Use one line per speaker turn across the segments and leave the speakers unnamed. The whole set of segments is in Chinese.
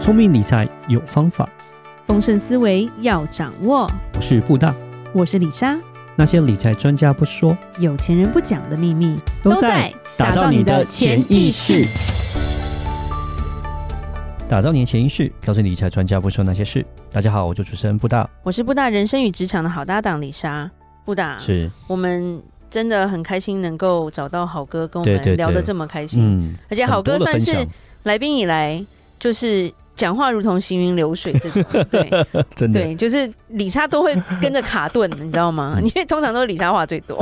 聪明理财有方法，
丰盛思维要掌握。
我是布大。
我是李莎，
那些理财专家不说，
有钱人不讲的秘密
打造你的潜意识。，打造你的潜意识，告诉你理财专家不说那些事。大家好，我是主持人布大，
我是布大人生与职场的好搭档李莎。布大，
是
我们真的很开心能够找到好哥，跟我
对对
们聊
对
得这么开心。
嗯，
而且好哥
很多的
算
分享
是来宾以来，就是讲话如同行云流水 这种。对
真的
对，就是李莎都会跟着卡顿，你知道吗？
嗯
因为通常都是李莎话最 多。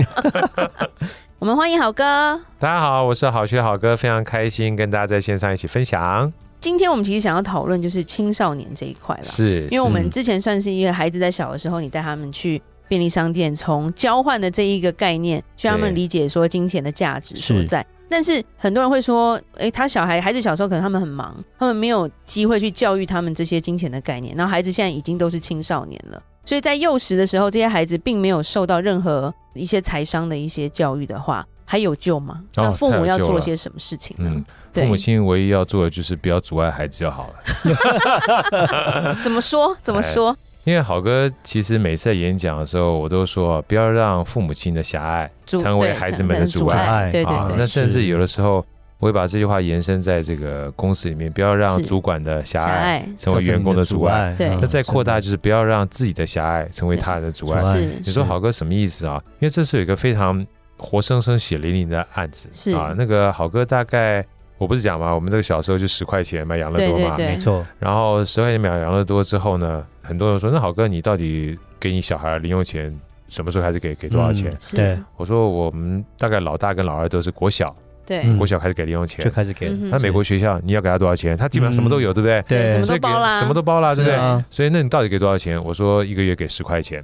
我们欢迎好哥。
大家好，我是好学好哥，非常开心跟大家在线上一起分享。
今天我们其实想要讨论就是青少年这一块啦。
是，嗯
因为我
是
们之前算是一个孩子在小的时候，你带他们去便利商店，从交换的这一个概念，去让他们
对
理解说金钱的价值所
是
在。但是很多人会说，诶，他小孩孩子小时候可能他们很忙，他们没有机会去教育他们这些金钱的概念。然后孩子现在已经都是青少年了，所以在幼时的时候，这些孩子并没有受到任何一些财商的一些教育的话，还有救吗？
哦
那父母
太有
要
救
做
了
些什么事情呢？
嗯，
对
父母亲唯一要做的就是不要阻碍孩子 就好了。
怎么说？怎
哎
么说？
因为好哥其实每次在演讲的时候，我都说不要让父母亲的狭隘
阻
成为
对
孩子们的阻
碍
碍。
对对
啊
对
那甚至有的时候，我会把这句话延伸在这个公司里面，不要让
是
主管的狭
狭
隘
隘
成为员工的阻碍。
对
那再扩大，就是不要让自己的狭隘成为他人的阻碍
阻碍。
是
你说好哥什么意思啊？因为这是有一个非常活生生血淋淋的案子，
是
啊，那个好哥大概我不是讲嘛，我们这个小时候就十块钱买养乐多嘛，
对
没错，
然后十块钱买养乐多之后呢，很多人说那好哥你到底给你小孩零用钱什么时候开始给给多少钱？
嗯
是
对，
我说我们大概老大跟老二都是国小，
对。
嗯
国小开始给零用钱
就。开始给了
嗯哼
那美国学校你要给他多少钱？他基本上什么都有，对不对？
对什么
所以
都
给
包啦
什么都包啦，对不
是
对？
啊
所以那你到底给多少钱？我说一个月给十块钱，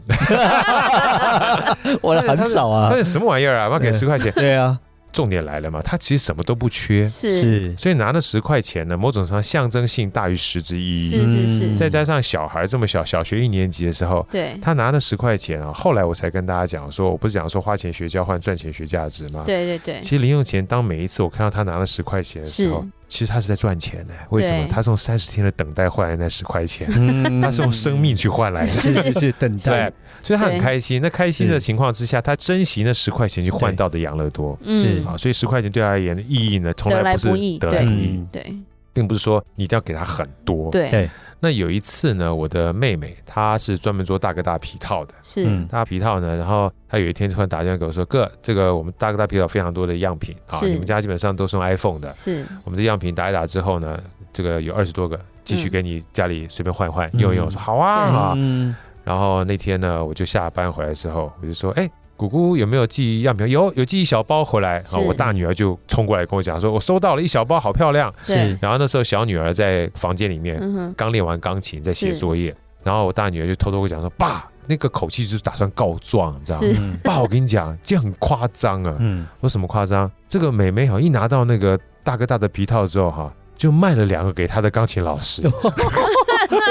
我的很少 啊
他，是什么玩意儿啊？妈给十块钱，
对啊，
重点来了嘛，他其实什么都不缺，
是
所以拿那十块钱呢，某种程度上象征性大于实质意义。
是是是，
嗯
再加上小孩这么小，小学一年级的时候，
对
他拿那十块钱啊，后来我才跟大家讲说，我不是讲说花钱学交换，赚钱学价值吗？。
对对对，
其实零用钱，当每一次我看到他拿了十块钱的时候
是，
其实他是在赚钱呢、为什么？
对
他是用三十天的等待换来那十块钱，
嗯
他是用生命去换来的。
是是是等待
对，所以他很
对
开心。那开心的
是
情况之下，他珍惜那十块钱去换到的养乐多。
嗯
是
啊，所以十块钱对他而言的意义呢，从来不是
得来不易
得来不
对
易
嗯，
对
并不是说你一定要给他很多。，
对
对
那有一次呢，我的妹妹她是专门做大哥大皮套的，
是，
大皮套呢，然后她有一天突然打电话给我说：“哥，这个我们大哥大皮套非常多的样品啊，
是
你们家基本上都是用 iPhone 的，
是
我们这样品打一打之后呢，这个有二十多个，继
嗯
续给你家里随便换一换、
嗯
用一用。”我说：“好啊，好啊。
嗯，
然后那天呢，我就下班回来之后，我就说，哎、姑姑有没有寄样品？有，有寄一小包回来。
是
啊，我大女儿就冲过来跟我讲说，我收到了一小包，好漂亮。
对，
然后那时候小女儿在房间里面
嗯 哼，
刚练完钢琴，在写
是
作业。然后我大女儿就偷偷跟我讲说，爸，那个口气就是打算告状，你知道吗？
是
嗯
爸，我跟你讲，这样很夸张啊！
嗯，
我说什么夸张？这个美妹哈，一拿到那个大哥大的皮套之后哈，就卖了两个给她的钢琴老师。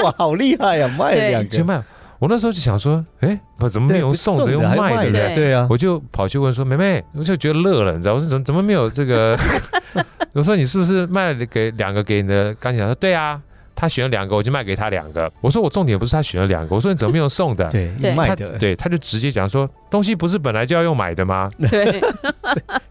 哇，好厉害呀，卖了
对
两
就
个，
卖了。我那时候就想说，哎，我怎么没
对
有用送的，用
还
卖的
的，
对
呢？
对啊，
我就跑去问说，妹妹，我就觉得乐了，你知道，我说怎么怎么没有这个？ 我说你是不是卖了给两个给你的钢琴老师？对啊，他选了两个，我就卖给他两个。我说我重点不是他选了两个，我说你怎么没有送的？
对
对
卖
他
的，
啊对，他就直接讲说，东西不是本来就要用买的吗？
对，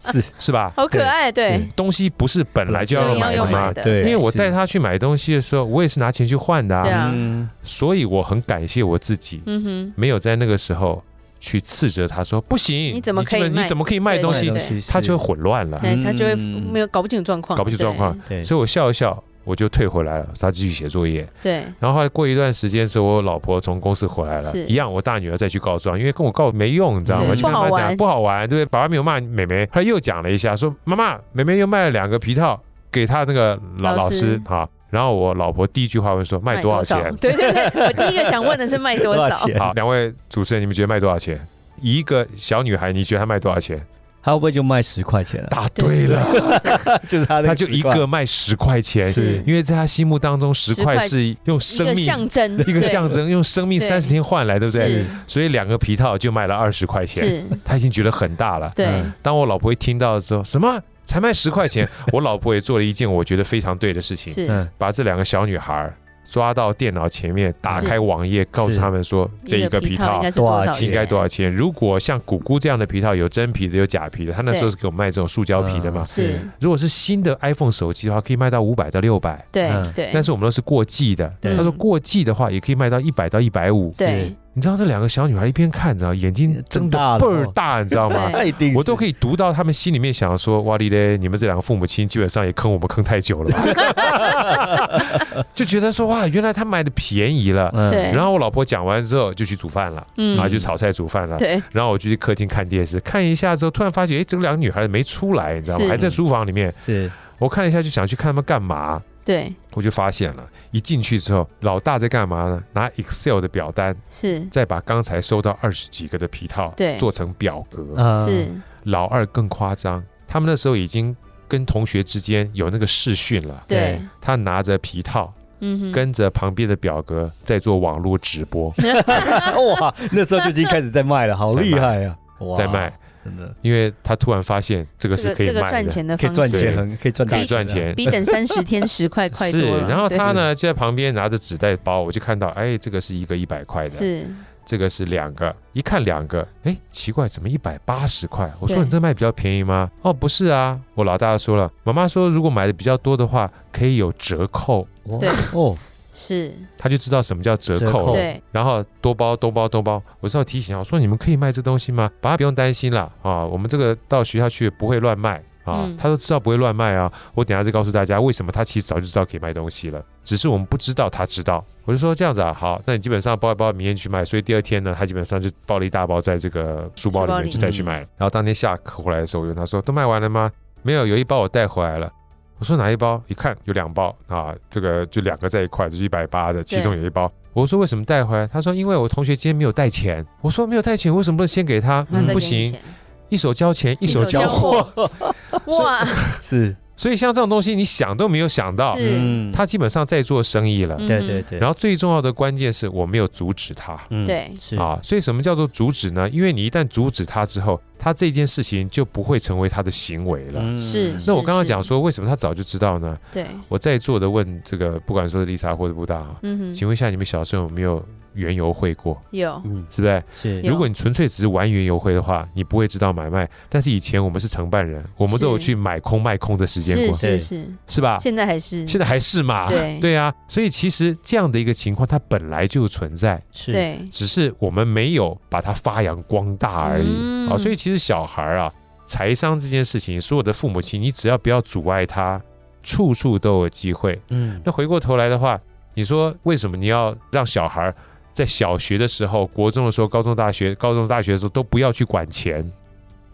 是
是吧？
好可爱，对，
东西不是本来就要
就
用
要
买的
用买
吗？
的，
对
因为我
是
带他去买东西的时候，我也是拿钱去换的、
对啊
嗯
所以我很感谢我自己，
嗯哼，
没有在那个时候去斥责他说不行，
你怎么可以
这么
卖
你怎么可以卖东
对
西
对？
西
他就会混乱了。
对，他就会
嗯
没有搞不清楚状况，
搞不清楚状况
对，
所以我笑一笑，我就退回来了，他继续写作业。
对，
然后后来过一段时间是我老婆从公司回来了
是，嗯
一样，我大女儿再去告状，因为跟我告没用，你知道吗？
对
就跟
不好
妈妈
玩
讲不好玩，对不对？爸爸没有骂妹妹，后来又讲了一下，说妈妈，妹妹又卖了两个皮套给她那个老
老
老
师
师啊。然后我老婆第一句话会说卖多少钱？
对对对，我第一个想问的是卖多
多
少
少，钱
好，两位主持人，你们觉得卖多少钱？一个小女孩，你觉得她卖多少钱？
他会不会就卖十块钱啊？
答对了，
就是 他那
她就一
10块
个卖十块钱，
是
因为在她心目当中，十块
块
是用
一
生
个
命
象征，
一个
对
象征，用生命
对
三十天换来，对不对？
是
所以两个皮套就卖了二十块钱，
是，
她已经觉得很大了。
对
嗯
当我老婆一听到的时候，什么才卖十块钱？我老婆也做了一件我觉得非常对的事情，
是，
嗯，
把这两个小女孩抓到电脑前面，打开网页，告诉他们说这一个皮
应
套
该是多
多
少
少
钱？
钱
应该多少钱。如果像谷姑这样的皮套，有真皮的，有假皮的，他那时候
对
是给我卖这种塑胶皮的嘛
嗯。
是
如果是新的 iPhone 手机的话，可以卖到五百到六百，
对
嗯
对，
但是我们都是过季的。
对
他说过季的话，也可以卖到一百到一百五。
嗯对
你知道这两个小女孩一边看着，眼睛睁
睁大
得
了
倍儿大，你知道吗
对？
那一定
嗯我都可
以
以读到他们心里面想说：“哇哩嘞，你们这两个父母亲基本上也坑我们坑太久了吧？” 就觉得说哇，原来他买的便宜了。
嗯
对
然后我老婆讲完之后就去煮饭了，
嗯
然后就炒菜煮饭了。
对
然后我就去客厅看电视，看一下之后，突然发觉，哎，这两个女孩没出来，你知道吗？
是
还在书房里面。
是
我看了一下，就想去看他们干嘛。
对
我就发现了，一进去之后，老大在干嘛呢？拿 Excel 的表单，
是
再把刚才收到二十几个的皮套，
对
做成表格。
啊
是
老二更夸张，他们那时候已经跟同学之间有那个视讯了。
对
对，
他拿着皮套，
嗯哼，
跟着旁边的表格在做网络直播，
哇，那时候就已经开始在卖了，好厉害啊！哇
在卖，，
真的
因为他突然发现这个
这
是
个
可以
这个
卖
赚
的，
钱的
可以
方
赚
式，
钱，很可以赚大钱
可以
啊
赚。钱。
比等三十天十块快多
是，
了。
然后
对
他呢就在旁边拿着纸袋包，我就看到，哎，这个是一个一百块的，
是
这个是两个，一看两个，哎，奇怪，怎么一百八十块？我说
对
你这卖比较便宜吗？哦，不是啊，我老大说了，妈妈说如果买的比较多的话，可以有折扣，哦
对
哦，
是，
他就知道什么叫折
折扣
扣了。
对
然后多包多包多包，我是要提醒啊，我说你们可以卖这东西吗？爸爸不用担心啦，啊，我们这个到学校去不会乱卖啊，
嗯
他都知道不会乱卖啊。我等一下再告诉大家为什么他其实早就知道可以卖东西了，只是我们不知道他知道。我就说这样子啊，好，那你基本上包一包，明天去卖。所以第二天呢，他基本上就包了一大包在这个书包里
书包
面
里
就带去卖了。然后当天下课回来的时候，我就问他说都卖完了吗？没有，有一包我带回来了。我说哪一包？一看有两包啊，这个就两个在一块，就是一百八的，其中有一包。我说为什么带回来？他说因为我同学今天没有带钱。我说没有带钱，为什么不能先给他？
那
嗯
再
不
给你
行，
钱，
一手交钱一
一手
手交
交
货。
哇，
是，
所以像这种东西，你想都没有想到，
是
嗯，
他基本上在做生意了。
嗯
对对嗯对，
然
后
后最重要的关键是我没有阻止他。
对
是
啊，所以什么叫做阻止呢？因为你一旦阻止他之后，他这件事情就不会成为他的行为了。
嗯
是是
那我刚刚讲说，为什么他早就知道呢？
对，
我在座的问这个，不管说是丽莎或者布大啊，
嗯哼，
请问一下你们小时候有没有原油会过？
有
嗯
是不是？
是
有
如果你纯粹只是玩原油会的话，你不会知道买卖。但是以前我们是承办人，我们都有
是
去买空卖空的时间
是
过，
是是，
是吧？
现在还是
现在还是嘛？
对
啊，所以其实这样的一个情况，它本来就存在，
是，
对
只是我们没有把它发扬光大而已、
嗯
啊。所以其实小孩啊，财商这件事情，所有的父母亲，你只要不要阻碍他，处处都有机会。
嗯
那回过头来的话，你说为什么你要让小孩在小学的时候、国中的时候、高中、大学、高中、大学的时候都不要去管钱，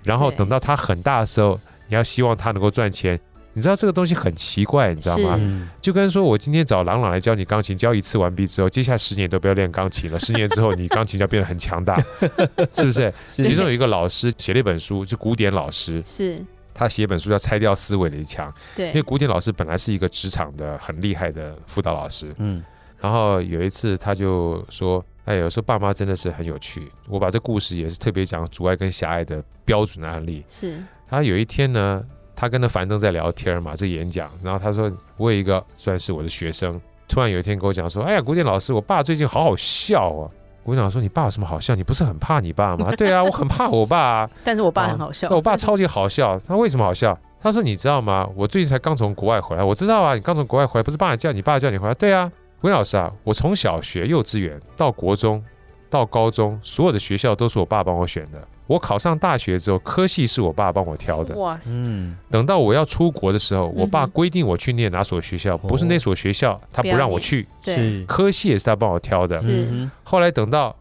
然后
对
等到他很大的时候，你要希望他能够赚钱？你知道这个东西很奇怪，你知道吗
是？
嗯
就跟说我今天找朗朗来教你钢琴，教一次完毕之后，接下来十年都不要练钢琴了。十年之后，你钢琴就要变得很强大， 是不是？
是
其中有一个老师写了一本书，就古典老师，
是，
他写一本书叫《拆掉思维的一墙》。因为
对
古典老师本来是一个职场的很厉害的辅导老师，
嗯
然后有一次他就说：“哎，有时候爸妈真的是很有趣。”我把这故事也是特别讲阻碍跟狭隘的标准的案例。
是，
他有一天呢，他跟那樊登在聊天嘛，这演讲，然后他说：“我有一个算是我的学生，突然有一天跟我讲说：‘哎呀，古典老师，我爸最近好好笑啊。’”我讲说：“你爸有什么好笑？你不是很怕你爸吗？” 对啊，我很怕我爸、啊。
但是我爸
啊
很好笑，
但我爸超级好笑，他为什么好笑？他说：“你知道吗？我最近才刚从国外回来。我知道啊，你刚从国外回来，不是爸你叫你爸叫你回来？对啊，温老师啊，我从小学、幼稚园到国中，到高中，所有的学校都是我爸帮我选的。我考上大学之后，科系是我爸帮我挑的。
哇塞，
嗯，
等到我要出国的时候，我爸
嗯哼
规定我去念哪所学校，不是那所学校，他不让我去。
对
是
科系也是他帮我挑的。
是
嗯
后来等到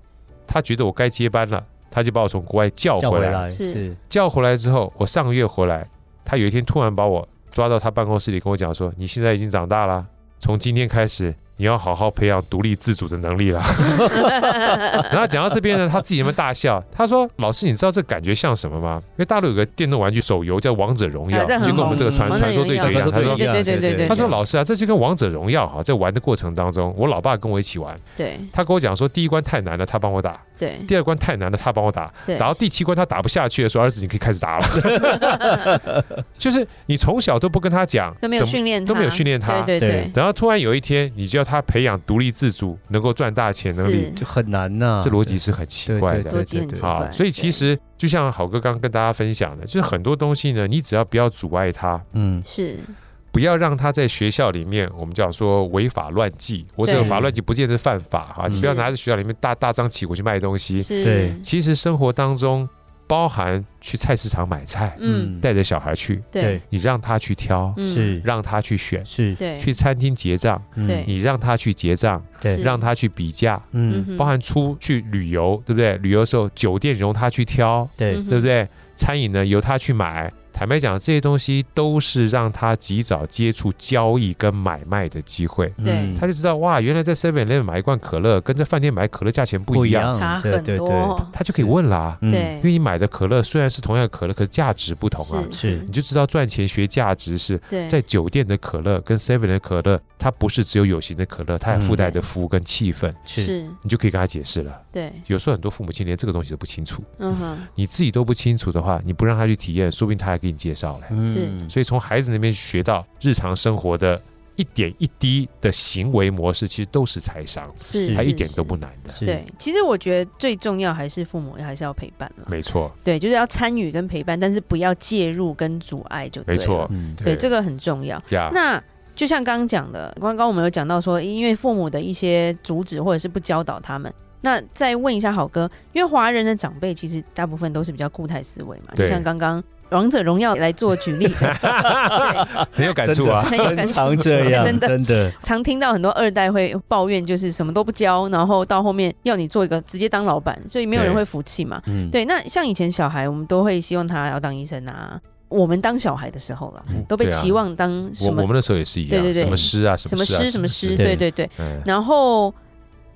他觉得我该接班了，他就把我从国外叫
叫
回
回
来。
来
是
是
叫回来之后，我上个月回来，他有一天突然把我抓到他办公室里，跟我讲说：“你现在已经长大了，从今天开始，你要好好培养独立自主的能 力了。”然后讲到这边呢，他自己有没有大笑？他说：“老师，你知道这感觉像什么吗？因为大陆有个电动玩具手游叫《王者荣耀
啊这》，
哎很
就跟我们这个传
红
传说对决一
传
样。”他
说
说
对决。
对对对对，
他说：“老师啊，这就跟王者荣耀哈、在玩的过程当中，我老爸跟我一起玩，
对
他跟我讲说，第一关太难了，他帮我打；
对
第二关太难了，他帮我打；
对，
打到第七关他打不下去的时候，儿子你可以开始打了。就是你从小都不跟他讲，
都没有
怎么
训练他，
都没有训练他
对对
对
对
然后突然有一天，你就要他培养独立自主，能够赚大钱能力
是，
就很难呐、
这逻辑是很奇
对
怪
对
的。
对
逻辑
对
很
对
奇，
好，
怪
所以其实就像好哥刚刚跟大家分享的，就是很多东西呢，你只要不要阻碍他，
嗯，
是
不要让他在学校里面，我们讲说违法乱纪。我这个
对
法乱纪不见得是犯法哈，
嗯
你不要拿着学校里面大大张旗鼓去卖东西。
是，
对
其实生活当中包含去菜市场买菜，
嗯，
带着小孩去，
네.
对，
你让他去挑，
嗯
是
让他去选；
是，
对，
去餐厅结账，
嗯
对
你让他去结账，
对
是
让他去比价。
嗯
嗯，
哼，
包含出去旅游，对不对？旅游的时候，酒店由他去挑，
对
嗯，哼
对不对？餐饮呢由他去买。坦白讲，这些东西都是让他及早接触交易跟买卖的机会，
对
嗯
他就知道哇，原来在 Seven Eleven 买一罐可乐跟在饭店买可乐价钱不一样，
差
嗯对
很
对
多，
对，
他就可以问啦、
嗯
对，
因为你买的可乐虽然是同样的可乐，可是价值不同啊，
是嗯
是
你就知道赚钱学价值是
对，
在酒店的可乐跟 Seven 的可乐，它不是只有有形的可乐，它还附
嗯
带的服务跟气氛，
是，
是，
你就可以跟他解释了。
对，
有时候很多父母亲连这个东西都不清楚，
嗯哼，
你自己都不清楚的话，你不让他去体验，说不定他还给你介绍嘞。
是
嗯
所以从孩子那边学到日常生活的一点一滴的行为模式，其实都是财商，
是，
它
是
一点都不。难的。
是
是对，其实我觉得最重要还是父母还是要陪伴了，
没错，
对，就是要参与跟陪伴，但是不要介入跟阻碍就对
没
了
错，
嗯，
对，这个很重要。
呀，
那就像刚刚讲的，刚刚我们有讲到说，因为父母的一些阻止或者是不教导他们。那再问一下好哥，因为华人的长辈其实大部分都是比较固态思维嘛，
对
就像刚刚《王者荣耀》来做举 例，
很有感触啊。
很有感触
常这样，
真的
真的，
常听到很多二代会抱怨，就是什么都不教，然后到后面要你做一个直接当老板，所以没有人
对
会服气嘛。
嗯，
对，那像以前小孩，我们都会希望他要当医生啊。我们当小孩的时候啦，
嗯
都被
对啊
期望当
我
什么、
我们那时候也是一样
对对，对
什么师啊，什
什么
么师啊，
师什么师，
对
对对对。
嗯，
然后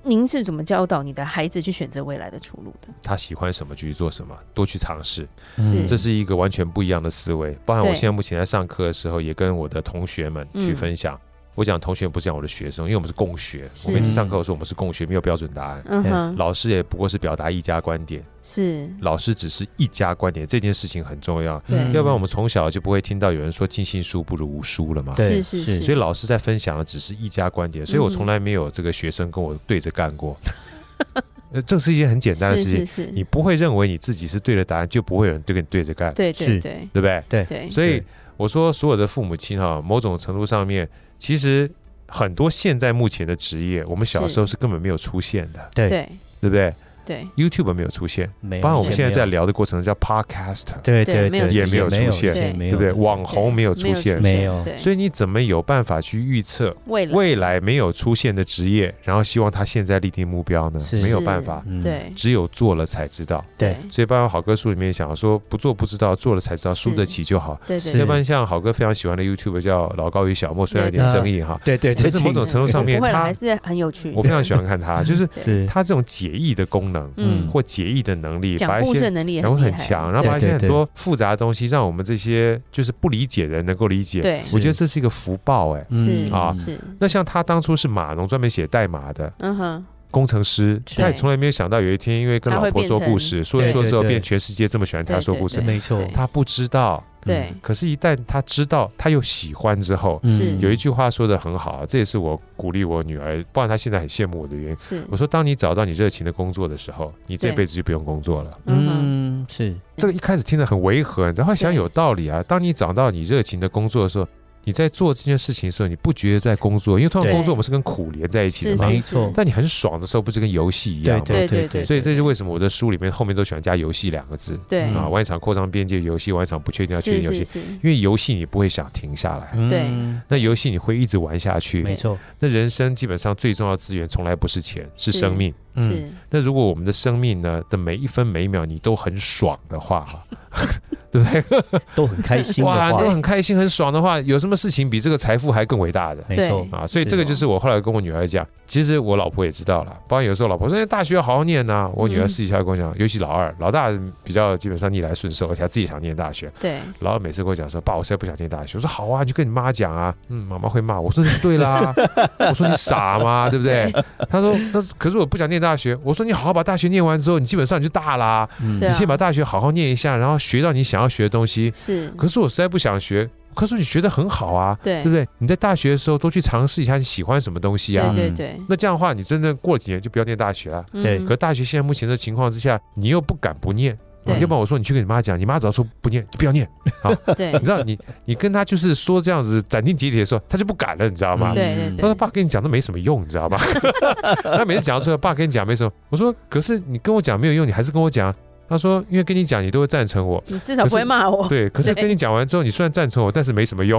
您是怎么教导你的孩子去选择未来的出路的？
他喜欢什么就去做什么，多去尝试，
是
음.
这是一个完全不一样的思维。包含我
嗯对
现在目前在上课的时候，也跟我的同学们去
嗯
分享。我讲同学不是讲我的学生，因为我们是共学。
是
我每次上课我说我们是共学，没有标准答案。
嗯哼，
老师也不过是表达一家观点，
是，
老师只是一家观点，这件事情很重要。
对
嗯
要不然我们从小就不会听到有人说尽信书不如无书了嘛。
对
是是
是
是，
所以老师在分享的只是一家观点，所以我
嗯
从来没有这个学生跟我对着干过。 呃，这是一件很简单的
是
事情
是，是，
你不会认为你自己是对的答案，就不会有人对跟你对着干，
对
是
对对
对不对？
对
对，
所以
对
我说，所有的父母亲哈、某种程度上面，其实很多现在目前的职业，我们小时候是根本没有出现的，
对
对
对不对
对
？YouTube 没有出现，
没有，
包括我们现在在
没有，
聊的过程叫 Podcast，
对
对
对
没有
对，
也
对
没有
没有
出现
对没
对不对？
有
网红没有出现，
没有
对
所以你怎么有办法去预测
未来
未来没有出现的职业，然后希望他现在立定目标呢
是？
没有
是
办法，
嗯
对
只有做了才知道。
네.
对
所以，包括好哥书里面想说，不做不知道，做了才知道，
是
输得起就好。
对
是
对
要不然，像好哥非常喜欢的 YouTube 叫老高与小莫，虽然有
对
点争议哈，
对对，
可是
这
某种
挺
程度上面
不会了，
他
还是很有趣
我。非常喜欢看他，啊就是
嗯
对
是
他这种解译的功能
嗯，
或解译的能力，
讲
把一
故事
些
的能力也
然后
很
很
厉害
强，然后把一
对
些
对
很多复杂的东西，让我们这些就是不理解的人能够理解。
对，
是
我觉得这是一个福报哎。
是
嗯
啊
是，
那像他当初是码农，专门写代码的，
嗯哼，
工程师，
是
他也从来没有想到有一天，因为跟
他
老
会
婆
变
说故
成
事，说一
对
说
对
之后，
对
变全世界这么喜欢他
对
说
对
故事嗯
对，
没错
对
他不知道。
对
可是，一旦他知道，他又喜欢之后，
是
嗯
有一句话说的很好啊，这也是我鼓励我女儿，不然她现在很羡慕我的原因。
是
我，说，当你找到你热情的工作的时候，你这
对
辈子就不用工作了。
嗯哼，
嗯是
这个一开始听得很违和，然后想
对
有道理啊。当你找到你热情的工作的时候，你在做这件事情的时候，你不觉得在工作，因为通常
对
工作我们是跟苦连在一起的
是
嘛。
没
是
错
是，
但你很爽的时候，不是跟游戏一
对
样吗？
对
对
对
对
对，
对
所以这是为什么我的书里面后面都喜欢加“游戏”两个字
对
嗯
啊，玩一场扩张边界游戏，玩一场不确定要确
是
定游
是
戏，
是，
因为游戏你不会想停下来，
嗯
对
那游戏你会一直玩下
没
去。
错，
那人生基本上最重要的资源从来不是钱，是
是
生命。
嗯
是
那如果我们的生命呢的每一分每一秒你都很爽的话， 哈对不对？
都很开心的
哇，
话
都，很开心很爽的话，有什么事情比这个财富还更伟大的？
没错
啊，所以这个就是我后来跟我女儿讲，其实我老婆也知道了，包括有时候老婆说哎大学要好好念呐、我女儿
嗯
私底下跟我讲，尤其老二，老大比较基本上逆来顺受，而且她自己想念大学，
对
老二每次跟我讲说，爸，我实在不想念大学，我说好啊，你就跟你妈讲啊，嗯，妈妈会骂我，我说你对啦， 我说你傻吗，对不对？他说那可是我不想念大学，我说你好好把大学念完之后，你基本上你就大啦，
嗯
对啊
你先把大学好好念一下，然后学到你想要学的东西，
是
可是我实在不想学。可是你学的很好啊，
嗯对
对不对？你在大学的时候多去尝试一下你喜欢什么东西啊。
对对对，
那这样的话，你真的过了几年就不要念大学了。
嗯
对
可大学现在目前的情况之下，你又不敢不念，
对
要不然我说你去跟你妈讲，你妈只要说不念就不要念。
对
你知道你你跟她就是说这样子斩钉截铁的时候，她就不敢了，你知道吗？
嗯
对对对，
他说：“爸跟你讲都没什么用，你知道吧？” 他每次讲到说：“爸跟你讲没什么。”我说：“可是你跟我讲没有用，你还是跟我讲。”啊他说：“因为跟你讲，你都会赞成我。
你至少不会骂我，
对，可是
哦对
跟你讲完之后，你虽然赞成我，但是没什么 用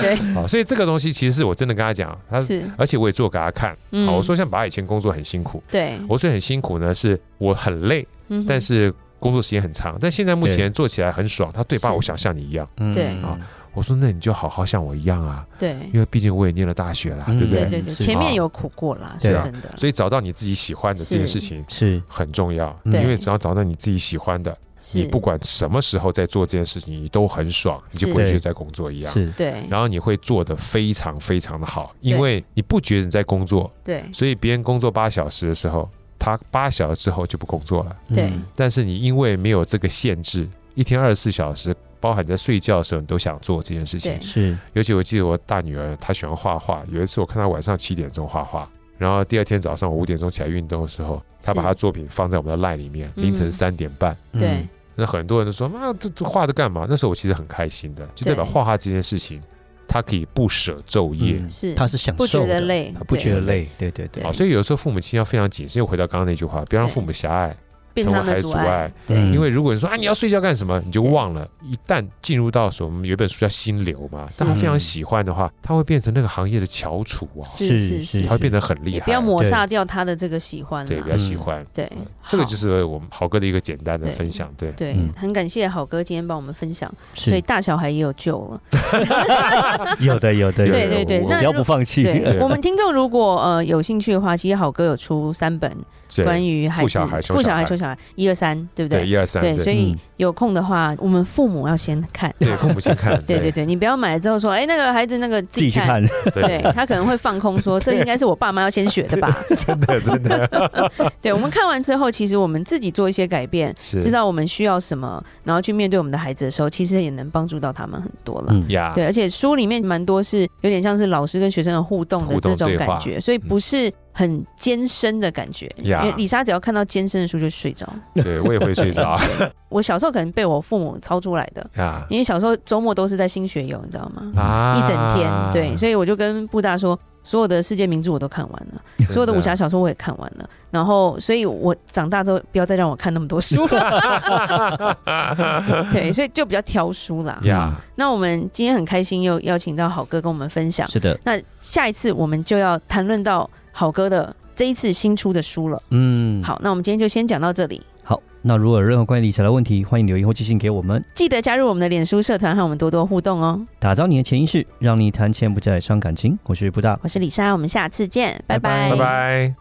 对，
啊。所以这个东西其实是我真的跟他讲，他
是，
而且我也做给他看。
嗯
啊，我说像爸以前工作很辛苦，
对，
我说很辛苦呢，是我很累，
嗯哼
但是工作时间很长，但现在目
对
前做起来很爽。他对爸，
是
我想像你一样。
嗯
对
啊
我说那你就好好像我一样啊，
对
因为毕竟我也念了大学啦，
嗯
对
嗯
不
对
对？
对对，
是
前面
啊
有苦过啦，说
对啊
真的，
所以找到你自己喜欢的这件
是
事情
是
很重要，因
对
为只要找到你自己喜欢的，你
是
不管什么时候在做这件事情，你都很爽，你
是
就不会觉
对
得在工作一样。
是，
对
然后你会做得非常非常的好，因
对
为你不觉得你在工作，
对
所以别人工作八小时的时候，他八小时之后就不工作了。
对
嗯
但是你因为没有这个限制，一天二十四小时，包含在睡觉的时候，你都想做这件事情
对。
是，
尤其我记得我大女儿她喜欢画画，有一次我看她晚上七点钟画画，然后第二天早上我五点钟起来运动的时候，她把她作品放在我们的 line 里面，
嗯
凌晨三点半。
对
嗯，
那很多人都说，妈，这这画着干嘛？那时候我其实很开心的，就代表
对
画画这件事情，她可以不舍昼夜。
嗯
是
他是享
不
受
觉得
的，
累
他，
不
对
觉得累，对对对
对
啊，所以有的时候父母亲要非常谨慎。又回到刚刚那句话，不要让
对
父母狭隘，
变成他
成为
们
孩
的
子阻
碍
碍，。
对
嗯
因为如果你说啊，你要睡觉干什么，你就
对
忘了。一旦进入到什么，有一本书叫《心流》嘛，
是
当他非常喜欢的话，他会变成那个行业的翘楚啊。
嗯是
是
是
是
是
他，会变得很厉
也
害，啊
不要抹
对
杀掉他的这个喜欢
对，
啦
比，较喜欢。
对，
这个
嗯好
就是我们豪哥的一个简单的分享，对，
对
嗯，
很感谢好哥今天帮我们分享，所以
是
大小孩也有救了。
有的有的，有的
对对对
我
那
只要
如
不放 弃，
对
对
我们听众如果呃有兴趣的话，其实好哥有出三本
对
关于孩子
富小孩熊
富
小
小孩、
孩
穷小孩，一二三，对不
对
对？
一二三，
对，所
对，
以
嗯
有空的话，我们父母要先看。
对父母亲看，
对对对，你不要买了之后说，哎，那个孩子那个
自己去
看。
看，
对
对 他可能会放空 说，这应该是我爸妈要先学的吧？
真的真 的
对我们看完之后，其实我们自己做一些改变，
是
知道我们需要什么，然后去面对我们的孩子的时候，其实也能帮助到他们很多了。
嗯
呀，
对，而且书里面蛮多是有点像是老师跟学生的互动的
互动
这种
对话嗯
感觉，所以不是很艰深的感觉。因
呀
为李莎只要看到艰深的书就睡着。
对我也会睡 着
我小时候可能被我父母操出来的，
呀
因为小时候周末都是在新学友，你知道吗？
啊
一整天，对，所以我就跟布大说，所有的世界名著我都看完了，
以
所有的武侠小说我也看完了，然后，所以我长大之后不要再让我看那么多书 了，对，所以就比较挑书啦。
呀，
那我们今天很开心又邀请到好哥跟我们分享。
是的，
那下一次我们就要谈论到好哥的这一次新出的书了。
嗯，
好，那我们今天就先讲到这里，
好，那如果有任何关于理财的问题，欢迎留言或寄信给我们。
记得加入我们的脸书社团和我们多多互动哦。
打造你的潜意识，让你谈钱不再伤感情。我是布大，
我是李莎，我们下次见，拜
拜
拜拜。